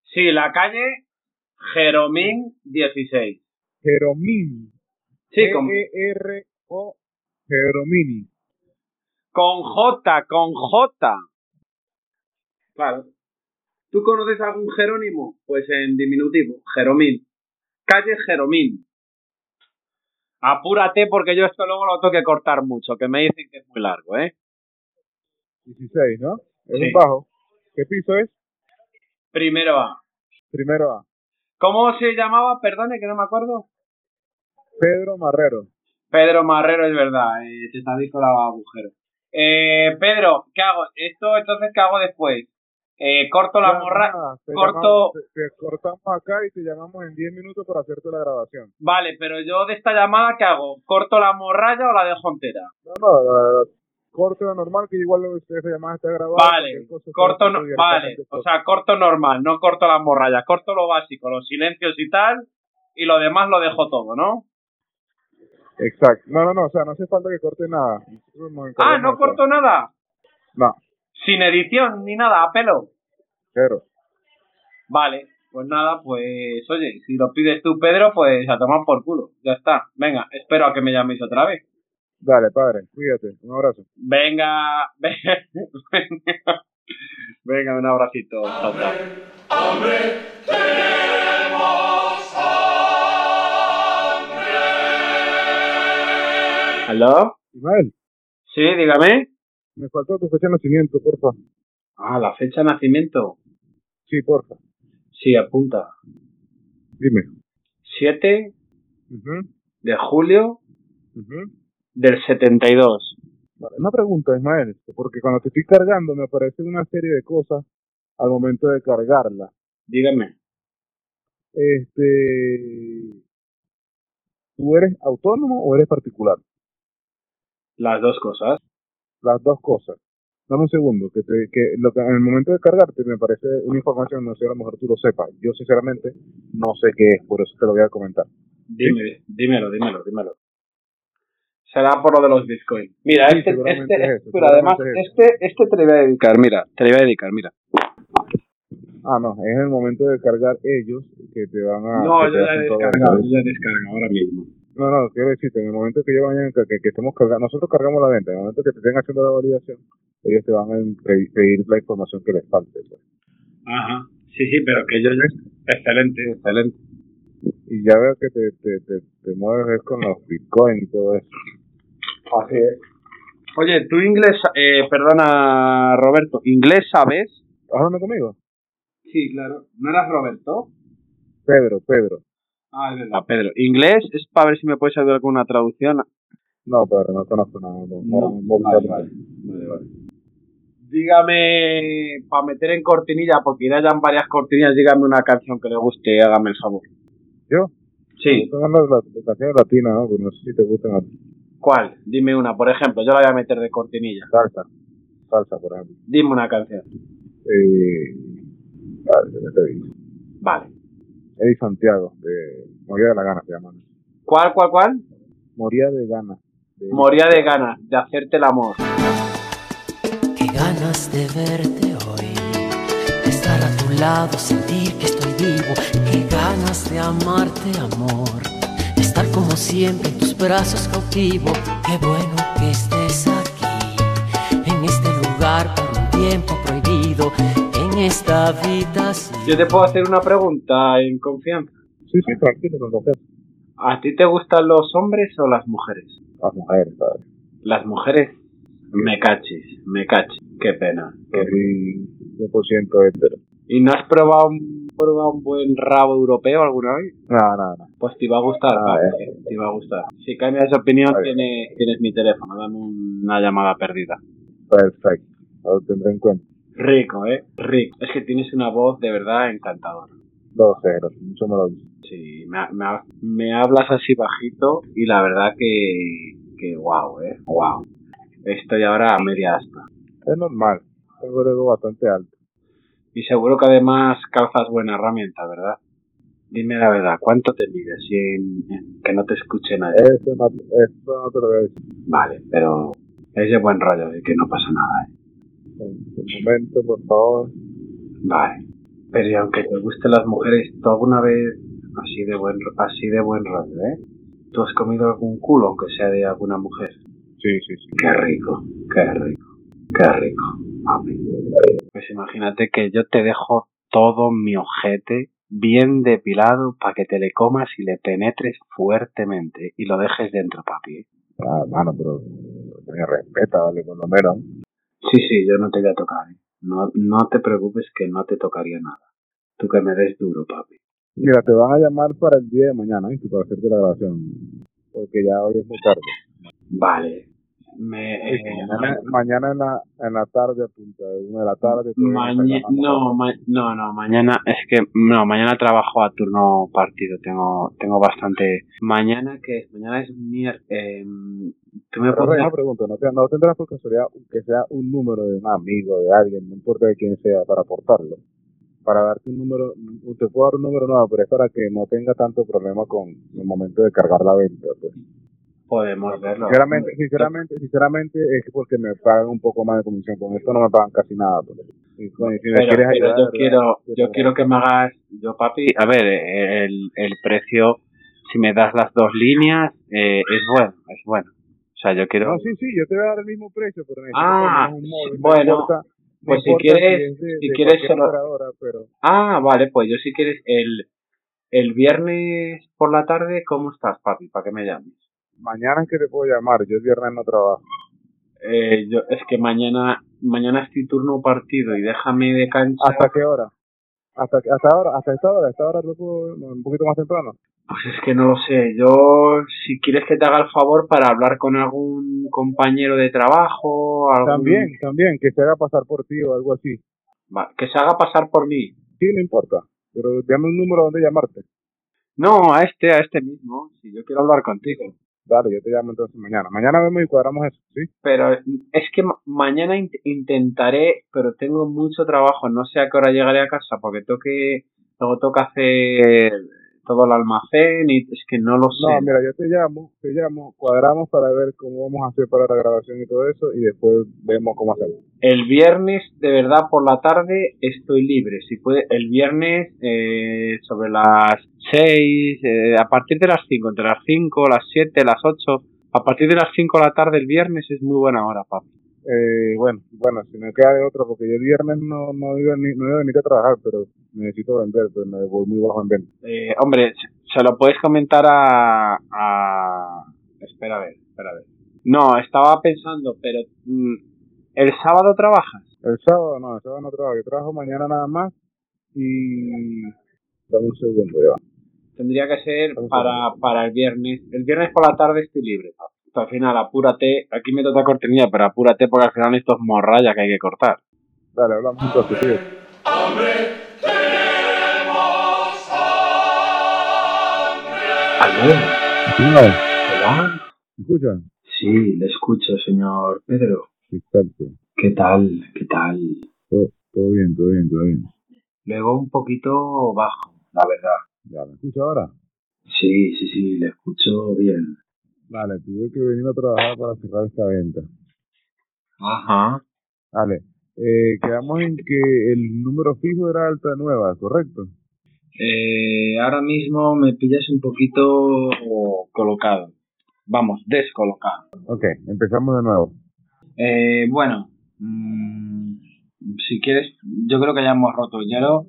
Sí, la calle Jeromín 16.
Jeromín.
Sí, con,
E-R-O Jeromini.
con J, con J. Claro. ¿Tú conoces algún Jerónimo? Pues en diminutivo, Jeromín. Calle Jeromín. Apúrate porque yo esto luego lo tengo que cortar mucho, que me dicen que es muy largo, ¿eh?
16, ¿no? Es
Sí.
un bajo. ¿Qué piso es?
Primero A.
Primero A.
¿Cómo se llamaba? Perdone, que no me acuerdo.
Pedro Marrero.
Pedro Marrero, es verdad, eh, te está viendo la agujero. Eh, Pedro, ¿qué hago? Esto, entonces, ¿qué hago después? Eh, corto la
Ya,
morra.
nada, te
corto-
llamamos- te, te cortamos acá y te llamamos en 10 minutos para hacerte la grabación.
Vale, pero yo de esta llamada, ¿qué hago? ¿Corto la morralla o la dejo entera?
No, no, la- la- corte la normal, que igual lo- esa llamada está grabada.
Vale,
cualquier cosa,
corto,
todo
no-
directamente
vale,
por-
o sea, corto normal, no corto la morralla, corto lo básico, los silencios y tal, y lo demás lo dejo todo, ¿no?
Exacto. No, no, no, o sea, no hace falta que corte nada. Nosotros nos
Ah,
encargamos
no
de
corto nada,
todo. No,
sin edición ni nada, a pelo.
pero.
Vale, pues nada, pues oye, si lo pides tú, Pedro, pues a tomar por culo. Ya está. Venga, espero a que me llaméis otra vez.
Dale, padre, cuídate. Un abrazo.
Venga, [laughs] venga, venga, un abracito. Chao, chao. ¿Aló?
Ismael,
Sí, dígame.
me faltó tu fecha de nacimiento, porfa.
Ah, la fecha de nacimiento.
Sí, porfa.
Sí, apunta.
Dime.
7
Ujú,
de julio
ujú.
del 72.
Vale, Una pregunta, Ismael, porque cuando te estoy cargando me aparece una serie de cosas al momento de cargarla.
Dígame.
Este, ¿tú eres autónomo o eres particular?
Las dos cosas.
Las dos cosas. Dame un segundo, que, te- que, lo que en el momento de cargarte me parece una información, no sé, a lo mejor tú lo sepas. Yo sinceramente no sé qué es, por eso te lo voy a comentar.
Dime, dímelo, dímelo, dímelo. Será por lo de los bitcoins. Mira,
Sí,
este,
seguramente
este,
es eso,
pero además,
seguramente es
este, este te lo voy a dedicar, mira, te lo voy a dedicar, mira.
Ah, no, es en el momento de cargar ellos que te van a...
no,
que
yo ya
te
he
hacen todo
descargado,
eso.
yo ya he descargado ahora mismo.
No, no, quiero decirte, en el momento que yo vaya, a- que, que estemos cargando, nosotros cargamos la venta, en el momento que te estén haciendo la validación, ellos te van a pe- pedir la información que les falte. pues.
Ajá, sí, sí, pero que yo ya... Excelente, excelente.
Y ya veo que te, te, te, te mueves es con los bitcoins y todo eso.
Así es. Oye, tú inglés, eh, perdona, Roberto, ¿inglés sabes?
Háblame conmigo.
Sí, claro. ¿No eras Roberto?
Pedro, Pedro.
Ah, es verdad. Pedro, ¿inglés? Es para ver si me puedes ayudar con una traducción.
No, Pedro, no conozco nada. No, no, no,
vale,
no.
vale, vale, vale. Dígame, para meter en cortinilla, porque ya hayan varias cortinillas, dígame una canción que le guste y hágame el favor.
¿Yo?
Sí,
Son las, las- las canciones latinas, ¿no? Porque no sé si te gustan las
¿cuál? Dime una, por ejemplo, yo la voy a meter de cortinilla.
salsa. Salsa, por ejemplo.
Dime una canción.
Eh, vale, ya te digo.
Vale.
Eddie Santiago, de Moría de la Gana se llama. ¿no?
¿Cuál, cuál, cuál?
Moría de Gana. de-
Moría de ganas de hacerte el amor.
Qué ganas de verte hoy, de estar a tu lado, sentir que estoy vivo. Qué ganas de amarte, amor, de estar como siempre en tus brazos cautivo. Qué bueno que estés aquí, en este lugar por un tiempo prohibido, en esta habitación.
Yo te puedo hacer una pregunta en confianza.
Sí, sí, tranquilo, con confianza.
¿A ti te gustan los hombres o las mujeres?
Las mujeres, padre.
Las mujeres. Me cachis, me cachis. Qué pena. qué
Soy 100% hetero.
¿Y no has probado un, probado un buen rabo europeo alguna vez?
Nada, nada, nada.
Pues te iba a gustar,
Ah,
papi, te iba a gustar. Si cambias de opinión,
Vale.
tienes, tienes mi teléfono, dame una llamada perdida.
Perfecto. Lo tendré en cuenta.
Rico, ¿eh? Rico. Es que tienes una voz de verdad encantadora.
Dos ceros. Mucho me lo dice.
Sí, me, ha- me ha- me hablas así bajito y la verdad que, que wow, ¿eh? Wow. Estoy ahora a media asta.
Es normal. Tengo el ego bastante alto.
Y seguro que además calzas buena herramienta, ¿verdad? Dime la verdad, ¿cuánto te mides? Y en- en- que no te escuche nadie.
Eso Este no, eso no te lo voy a decir.
Vale, pero es de buen rollo, de que no pasa nada. ¿eh?
Un momento, por favor.
Vale. Pero y aunque te gusten las mujeres, ¿tú alguna vez así de buen ro- así de buen rollo, eh? ¿Tú has comido algún culo, aunque sea de alguna mujer?
Sí, sí, sí.
Qué rico, qué rico, qué rico. Papi. Pues imagínate que yo te dejo todo mi ojete bien depilado para que te le comas y le penetres fuertemente y lo dejes dentro, papi. ¿eh?
Ah, mano, pero me respeta, vale, por lo menos.
Sí, sí, yo no te voy a tocar. ¿eh? No, no te preocupes que no te tocaría nada. Tú que me des duro, papi.
Mira, te van a llamar para el día de mañana, ¿viste? Para hacerte la grabación. Porque ya hoy es muy tarde.
Vale. Me, eh,
Mañana, mañana en, la, en la tarde, a punta de una de la tarde. te van a estar
Maña-
llamando.
no, ma- no, no, mañana es que no, mañana trabajo a turno partido, tengo tengo bastante mañana que es, mañana es miércoles. tú me
Pero
puedes
Rey, una pregunta, ¿no, te- no tendrás por casualidad un- que sea un número de un amigo, de alguien, no importa de quién sea, para aportarlo? Para darte un número, mm, te puedo dar un número nuevo, pero es para que no tenga tanto problema con el momento de cargar la venta. Pues.
podemos verlo.
Sinceramente, sinceramente, sinceramente es porque me pagan un poco más de comisión. Con esto no me pagan casi nada. pues. Y, coño, si me
Pero-
quieres
pero yo
ayudar, ¿verdad?
quiero
Yo
yo
tengo-
quiero que me hagas yo papi, a ver, eh, el, el precio si me das las dos líneas eh, es bueno, es bueno. O sea, yo quiero
No, sí, sí, yo te voy a dar el mismo precio, pero necesito
Ah,
que me hagas un móvil, no
bueno,
importa- no
pues si
importa
quieres-
es de-
si
de
quieres
cualquier
solo-
operadora, pero
Ah, vale, pues yo si quieres el el viernes por la tarde, ¿cómo estás, papi? ¿Para que me llames?
mañana es que te puedo llamar, yo el viernes no trabajo.
Eh, yo, es que mañana mañana estoy turno partido y déjame de cancha.
¿Hasta qué hora? ¿Hasta, hasta ahora? ¿Hasta esta hora? ¿Hasta ahora luego un poquito más temprano?
Pues es que no lo sé. Yo, si quieres que te haga el favor para hablar con algún compañero de trabajo, algún-
También, también, que se haga pasar por ti o algo así.
Va, que se haga pasar por mí.
Sí, no importa, pero dame un número donde llamarte.
No, a este, a este mismo. Si yo quiero hablar contigo.
Dale, yo te llamo entonces mañana. Mañana vemos y cuadramos eso, ¿sí?
Pero es que ma- mañana in- intentaré, pero tengo mucho trabajo. No sé a qué hora llegaré a casa porque toque, luego toca hacer todo el almacén y es que no lo sé.
No, mira, yo te llamo, te llamo, cuadramos para ver cómo vamos a hacer para la grabación y todo eso y después vemos cómo hacemos.
El viernes, de verdad, por la tarde estoy libre. Si puede, el viernes eh, sobre las 6, eh, a partir de las 5, entre las 5, las 7, las 8. A partir de las 5 de la tarde el viernes es muy buena hora, papi.
Eh, bueno, bueno, si me queda de otro, porque yo el viernes no, no, iba ni, no iba a venir a trabajar, pero necesito vender, pero me voy muy bajo en venta.
Eh, hombre, se- se lo puedes comentar a, a... Espera a ver, espera a ver. No, estaba pensando, pero... mm, ¿El sábado trabajas?
El sábado no, el sábado no trabajo, yo trabajo mañana nada más y... Dame un segundo, ya va.
Tendría que ser para, para el viernes. El viernes por la tarde estoy libre. papi. Al final, apúrate. Aquí me toca cortinilla, pero apúrate porque al final esto es morralla que hay que cortar.
Dale, hablamos entonces, tío. Escucha.
Sí, le escucho, señor Pedro.
Exacto.
¿Qué tal? ¿Qué tal?
Todo bien, todo bien, todo bien.
Luego un poquito bajo, la verdad.
Ya, ¿me escucha ahora?
Sí, sí, sí, le escucho bien.
Vale, tuve que venir a trabajar para cerrar esta venta.
Ajá.
Vale. Eh, quedamos en que el número fijo era alta nueva, ¿correcto?
Eh, ahora mismo me pillas un poquito colocado. Vamos, descolocado.
Ok, empezamos de nuevo.
Eh, bueno, mm, si quieres, yo creo que ya hemos roto el hielo.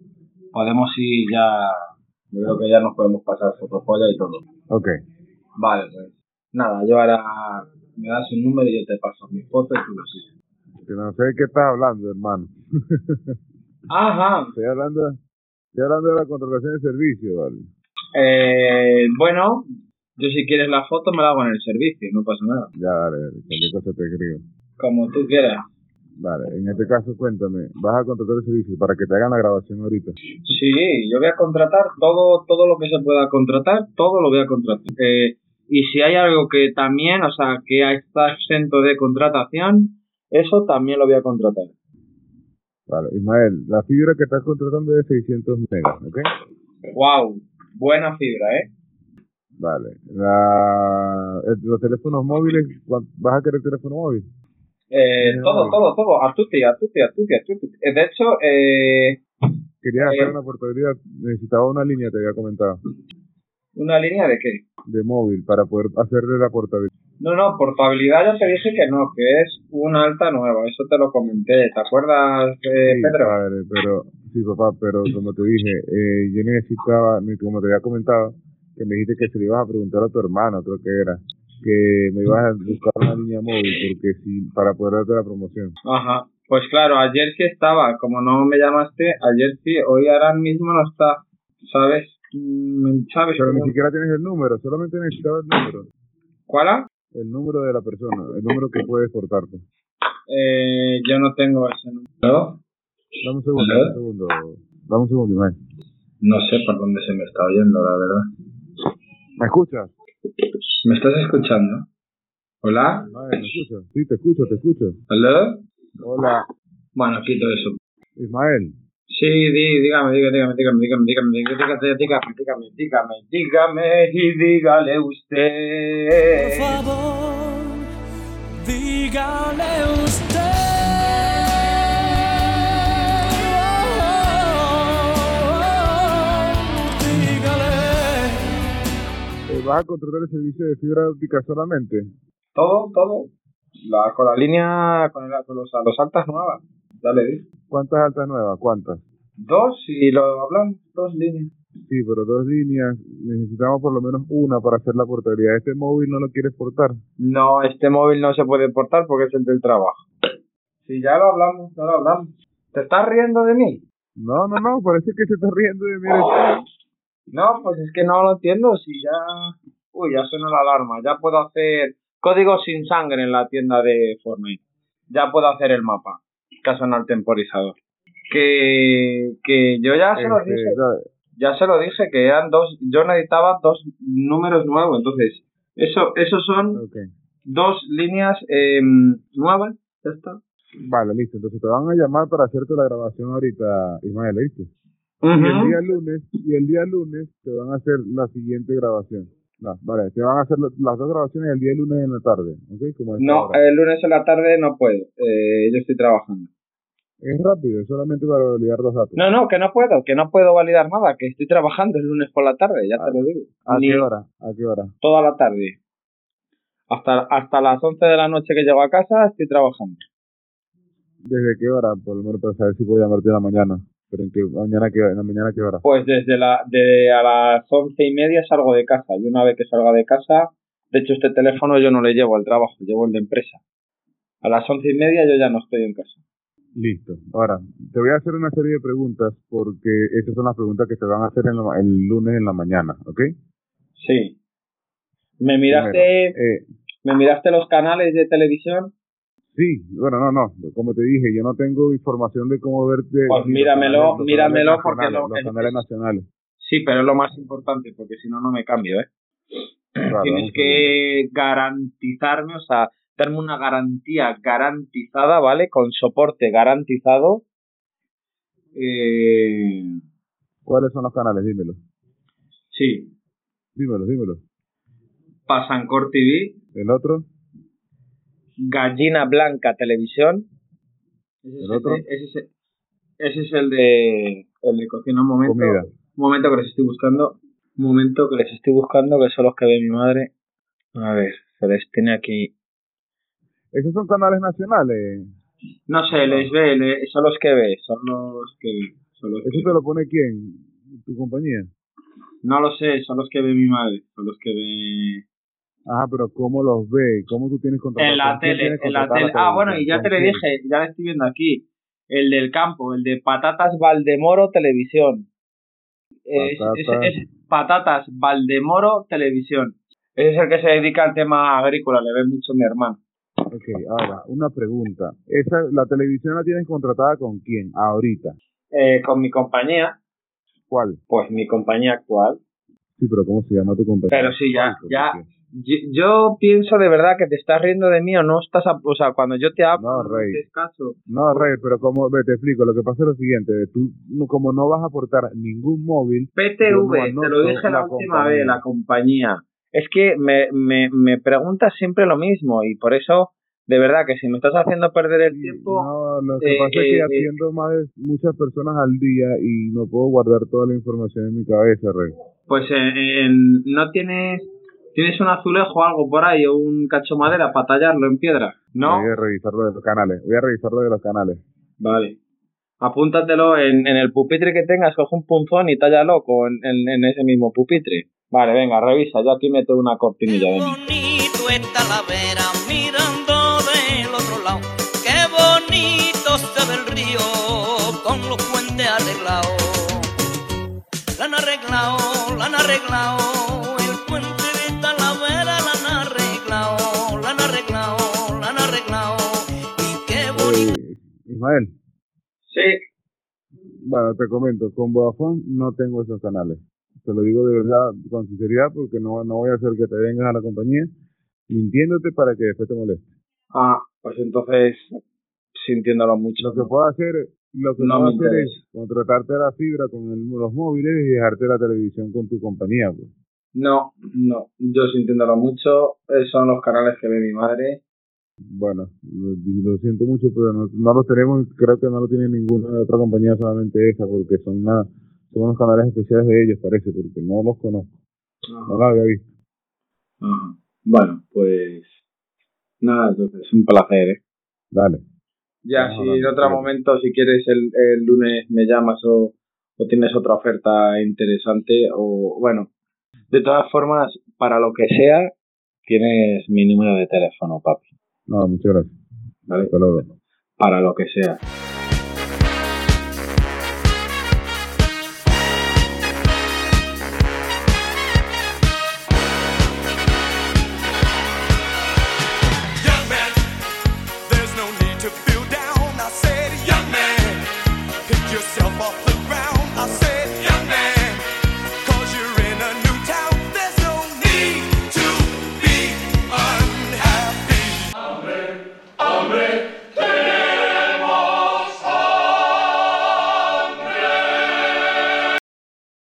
Podemos ir ya. Yo creo que ya nos podemos pasar fotofolla y todo.
Ok.
Vale, pues. Nada, yo ahora me das un número y yo te paso mi foto y tú lo sigues.
Que no sé de qué estás hablando, hermano.
Ajá.
Estoy hablando, estoy hablando de la contratación de servicio, ¿vale?
Eh, bueno, yo si quieres la foto me la hago en el servicio, no pasa nada.
Ya, dale, dale, cualquier cosa te escribo.
Como tú quieras.
Vale, en este caso, cuéntame, ¿vas a contratar el servicio para que te hagan la grabación ahorita?
Sí, yo voy a contratar todo, todo lo que se pueda contratar, todo lo voy a contratar. Eh, y si hay algo que también, o sea, que está exento de contratación, eso también lo voy a contratar.
Vale, Ismael, la fibra que estás contratando es de 600 megas, ¿ok?
¡Wow! Buena fibra, ¿eh?
Vale, la, el- los teléfonos móviles, ¿cuán- ¿vas a querer teléfono móvil?
Eh,
No.
Todo, todo, todo. A tutti, a tutti, a tutti, a tutti. Eh, De hecho, eh,
Querías hacer
Eh.
una portabilidad, necesitaba una línea, te había comentado,
¿una línea de qué?
de móvil para poder hacerle la portabilidad.
No, no, portabilidad ya te dije que no, que es una alta nueva. Eso te lo comenté. ¿Te acuerdas, eh,
Sí,
Pedro?
padre, pero Sí, papá, pero como te dije, eh, yo necesitaba, ni como te había comentado, que me dijiste que se le ibas a preguntar a tu hermano, creo que era, que me ibas a buscar una línea móvil, porque sí, para poder darte la promoción.
Ajá. Pues claro, ayer sí estaba. Como no me llamaste, ayer sí. Hoy ahora mismo no está. ¿Sabes? Mm, ¿Sabes?
Pero ni siquiera tienes el número, solamente necesitaba el número,
¿Cuál? ah?
el número de la persona, el número que pues. puede exportarte.
Eh, yo no tengo ese número.
Dame un segundo, dame un segundo, dame un segundo, Ismael.
No sé por dónde se me está oyendo, la verdad.
¿Me escuchas?
¿Me estás escuchando? ¿Hola?
Ismael, ¿me escuchas? Sí, te escucho, te escucho.
¿Hola?
Hola,
Bueno, quito eso.
Ismael.
Sí, di, dígame, dígame, dígame, dígame, dígame, dígame, dígame, dígame, dígame, dígame, dígame, dígame y dígale
Por
usted.
favor, dígale usted. Dígale.
Eh, ¿Vas a contratar el servicio de fibra óptica solamente?
Todo, todo. La, con la línea, con, el- con los, los altas nuevas. Ya le di.
¿Cuántas altas nuevas? ¿Cuántas?
Dos y lo hablan, dos líneas.
Sí, pero dos líneas. Necesitamos por lo menos una para hacer la portabilidad. Este móvil no lo quieres portar.
No, este móvil no se puede portar porque es el del trabajo. Sí, ya lo hablamos, ya lo hablamos. ¿Te estás riendo de mí?
No, no, no. Parece que se está riendo de mí. eres tú.
No, pues es que no lo entiendo. Si ya. Uy, ya suena la alarma. Ya puedo hacer código sin sangre en la tienda de Fortnite. Ya puedo hacer el mapa. Que ha sonado el temporizador. Que. Que yo ya se lo
Este,
dije.
¿sabes?
Ya se lo dije que eran dos. Yo necesitaba dos números nuevos. Entonces, eso, esos son
Ok.
dos líneas em, nuevas. Ya está.
Vale, listo. Entonces te van a llamar para hacerte la grabación ahorita, Ismael, ¿oíste? Y el día lunes, y el día lunes te van a hacer la siguiente grabación. No, vale, te van a hacer lo- las dos grabaciones el día lunes en la tarde, ¿ok? Como a esta
No, eh.
hora.
el lunes en la tarde no puedo. Eh, yo estoy trabajando.
Es rápido, es solamente para validar los datos.
No, no, que no puedo, que no puedo validar nada, que estoy trabajando el lunes por la tarde, ya te lo digo.
¿A
Ni
qué hora? ¿A qué hora?
toda la tarde. Hasta, hasta las 11 de la noche que llego a casa estoy trabajando.
¿Desde qué hora? Por lo menos para saber si puedo llamarte en la mañana. ¿Pero en qué mañana qué, en la mañana qué hora?
Pues desde la, de a las once y media salgo de casa y una vez que salga de casa, de hecho este teléfono yo no le llevo al trabajo, llevo el de empresa. A las once y media yo ya no estoy en casa.
Listo. Ahora, te voy a hacer una serie de preguntas porque estas son las preguntas que te van a hacer en la ma- el lunes en la mañana, ¿ok?
Sí. ¿Me miraste,
Eh,
¿Me miraste los canales de televisión?
sí, bueno, no, no. Como te dije, yo no tengo información de cómo verte.
Pues
los
míramelo,
canales- los
míramelo
canales
porque
nacionales,
no-
Los canales
[clears throat]
nacionales.
Sí, pero es lo más importante porque si no, no me cambio, ¿eh?
Claro,
Tienes
vamos
que garantizarme, o sea, darme una garantía garantizada, ¿vale? Con soporte garantizado. Eh,
a ver. ¿Cuáles son los canales? Dímelo.
sí,
Dímelo, dímelo.
Pasancor TV,
¿El otro?
Gallina Blanca Televisión. Ese es
¿El otro? Eh,
de- ese, es el- ese es el de, el de cocina. Un momento,
Comida.
un momento que les estoy buscando. Un momento que les estoy buscando, que son los que ve mi madre. A ver, se les tiene aquí
Esos son canales nacionales.
No sé, les ve, le- son los que ve, son los que ve, son los que
¿Eso te lo pone quién? ¿Tu compañía?
No lo sé, son los que ve mi madre, son los que ve...
Ajá, pero ¿cómo los ve? ¿Cómo tú tienes contrato?
En la
¿Con quién
tele,
tienes
en la
contratada
tele. Ah, bueno, y ya
televisión?
te le
¿Con quién?
dije, ya le estoy viendo aquí. El del campo, el de Patatas Valdemoro Televisión. Es- es-
Patatas.
es Patatas Valdemoro Televisión. Ese es el que se dedica al tema agrícola, le ve mucho mi hermano.
Ok, ahora, una pregunta. Esa, ¿La televisión la tienes contratada con quién? Ahorita.
Eh, con mi compañía,
¿Cuál?
pues mi compañía actual,
Sí, pero ¿cómo se llama tu compañía?
Pero sí, ya-
Porque-
ya. Yo, yo pienso de verdad que te estás riendo de mí o no estás, a- o sea, cuando yo te hablo,
No, Rey.
haces caso.
No, Rey, pero como, ve, te explico, lo que pasa es lo siguiente, tú no- como no vas a aportar ningún móvil,
PTV,
Yo no
te lo
anoto
dije la
la
última
compañía.
vez, la compañía. Es que me, me, me preguntas siempre lo mismo y por eso, de verdad, que si me estás haciendo perder el tiempo,
no, lo que
eh,
pasa es
eh,
que
eh.
atiendo más de muchas personas al día y no puedo guardar toda la información en mi cabeza, Rey.
pues en- en- no tienes, tienes un azulejo o algo por ahí o un cacho madera para tallarlo en piedra, ¿no?
Voy a revisar lo de los canales, voy a revisar lo de los canales.
Vale.
apúntatelo en, en el pupitre que tengas, coge un punzón y tállalo con, en, en ese mismo pupitre. Vale, venga, revisa, yo aquí meto una cortinilla.
Qué
venga.
bonito está la vera mirando del otro lado. Qué bonito se ve el río con los puentes arreglados. La han arreglado, la han arreglado. El puente de Talavera la han arreglado, la han arreglado, la han arreglado. Y qué bonito.
Eh, Ismael,
Sí,
bueno, te comento, con Vodafone no tengo esos canales. Te lo digo de verdad, con sinceridad, porque no, no voy a hacer que te vengas a la compañía mintiéndote para que después te moleste.
Ah, pues entonces, sintiéndolo mucho.
Lo que puedo hacer, lo que
No
puedo
me
hacer
interesa.
es contratarte la fibra con el- los móviles y dejarte la televisión con tu compañía. Pues.
No, no, yo sintiéndolo mucho, eh, son los canales que ve mi madre.
Bueno, lo, lo siento mucho, pero no, no los tenemos, creo que no lo tiene ninguna otra compañía, solamente esa, porque son, una, son unos canales especiales de ellos, parece, porque no los conozco, no los había visto.
Ajá. Bueno, pues nada, entonces, un placer, ¿eh?
Dale.
Ya,
Vamos
si en
hablando,
otro
claro.
momento, si quieres, el, el lunes me llamas o, o tienes otra oferta interesante o, bueno, de todas formas, para lo que sea, tienes mi número de teléfono, papi,
No, muchas gracias.
¿vale?
Hasta luego.
Para lo que sea.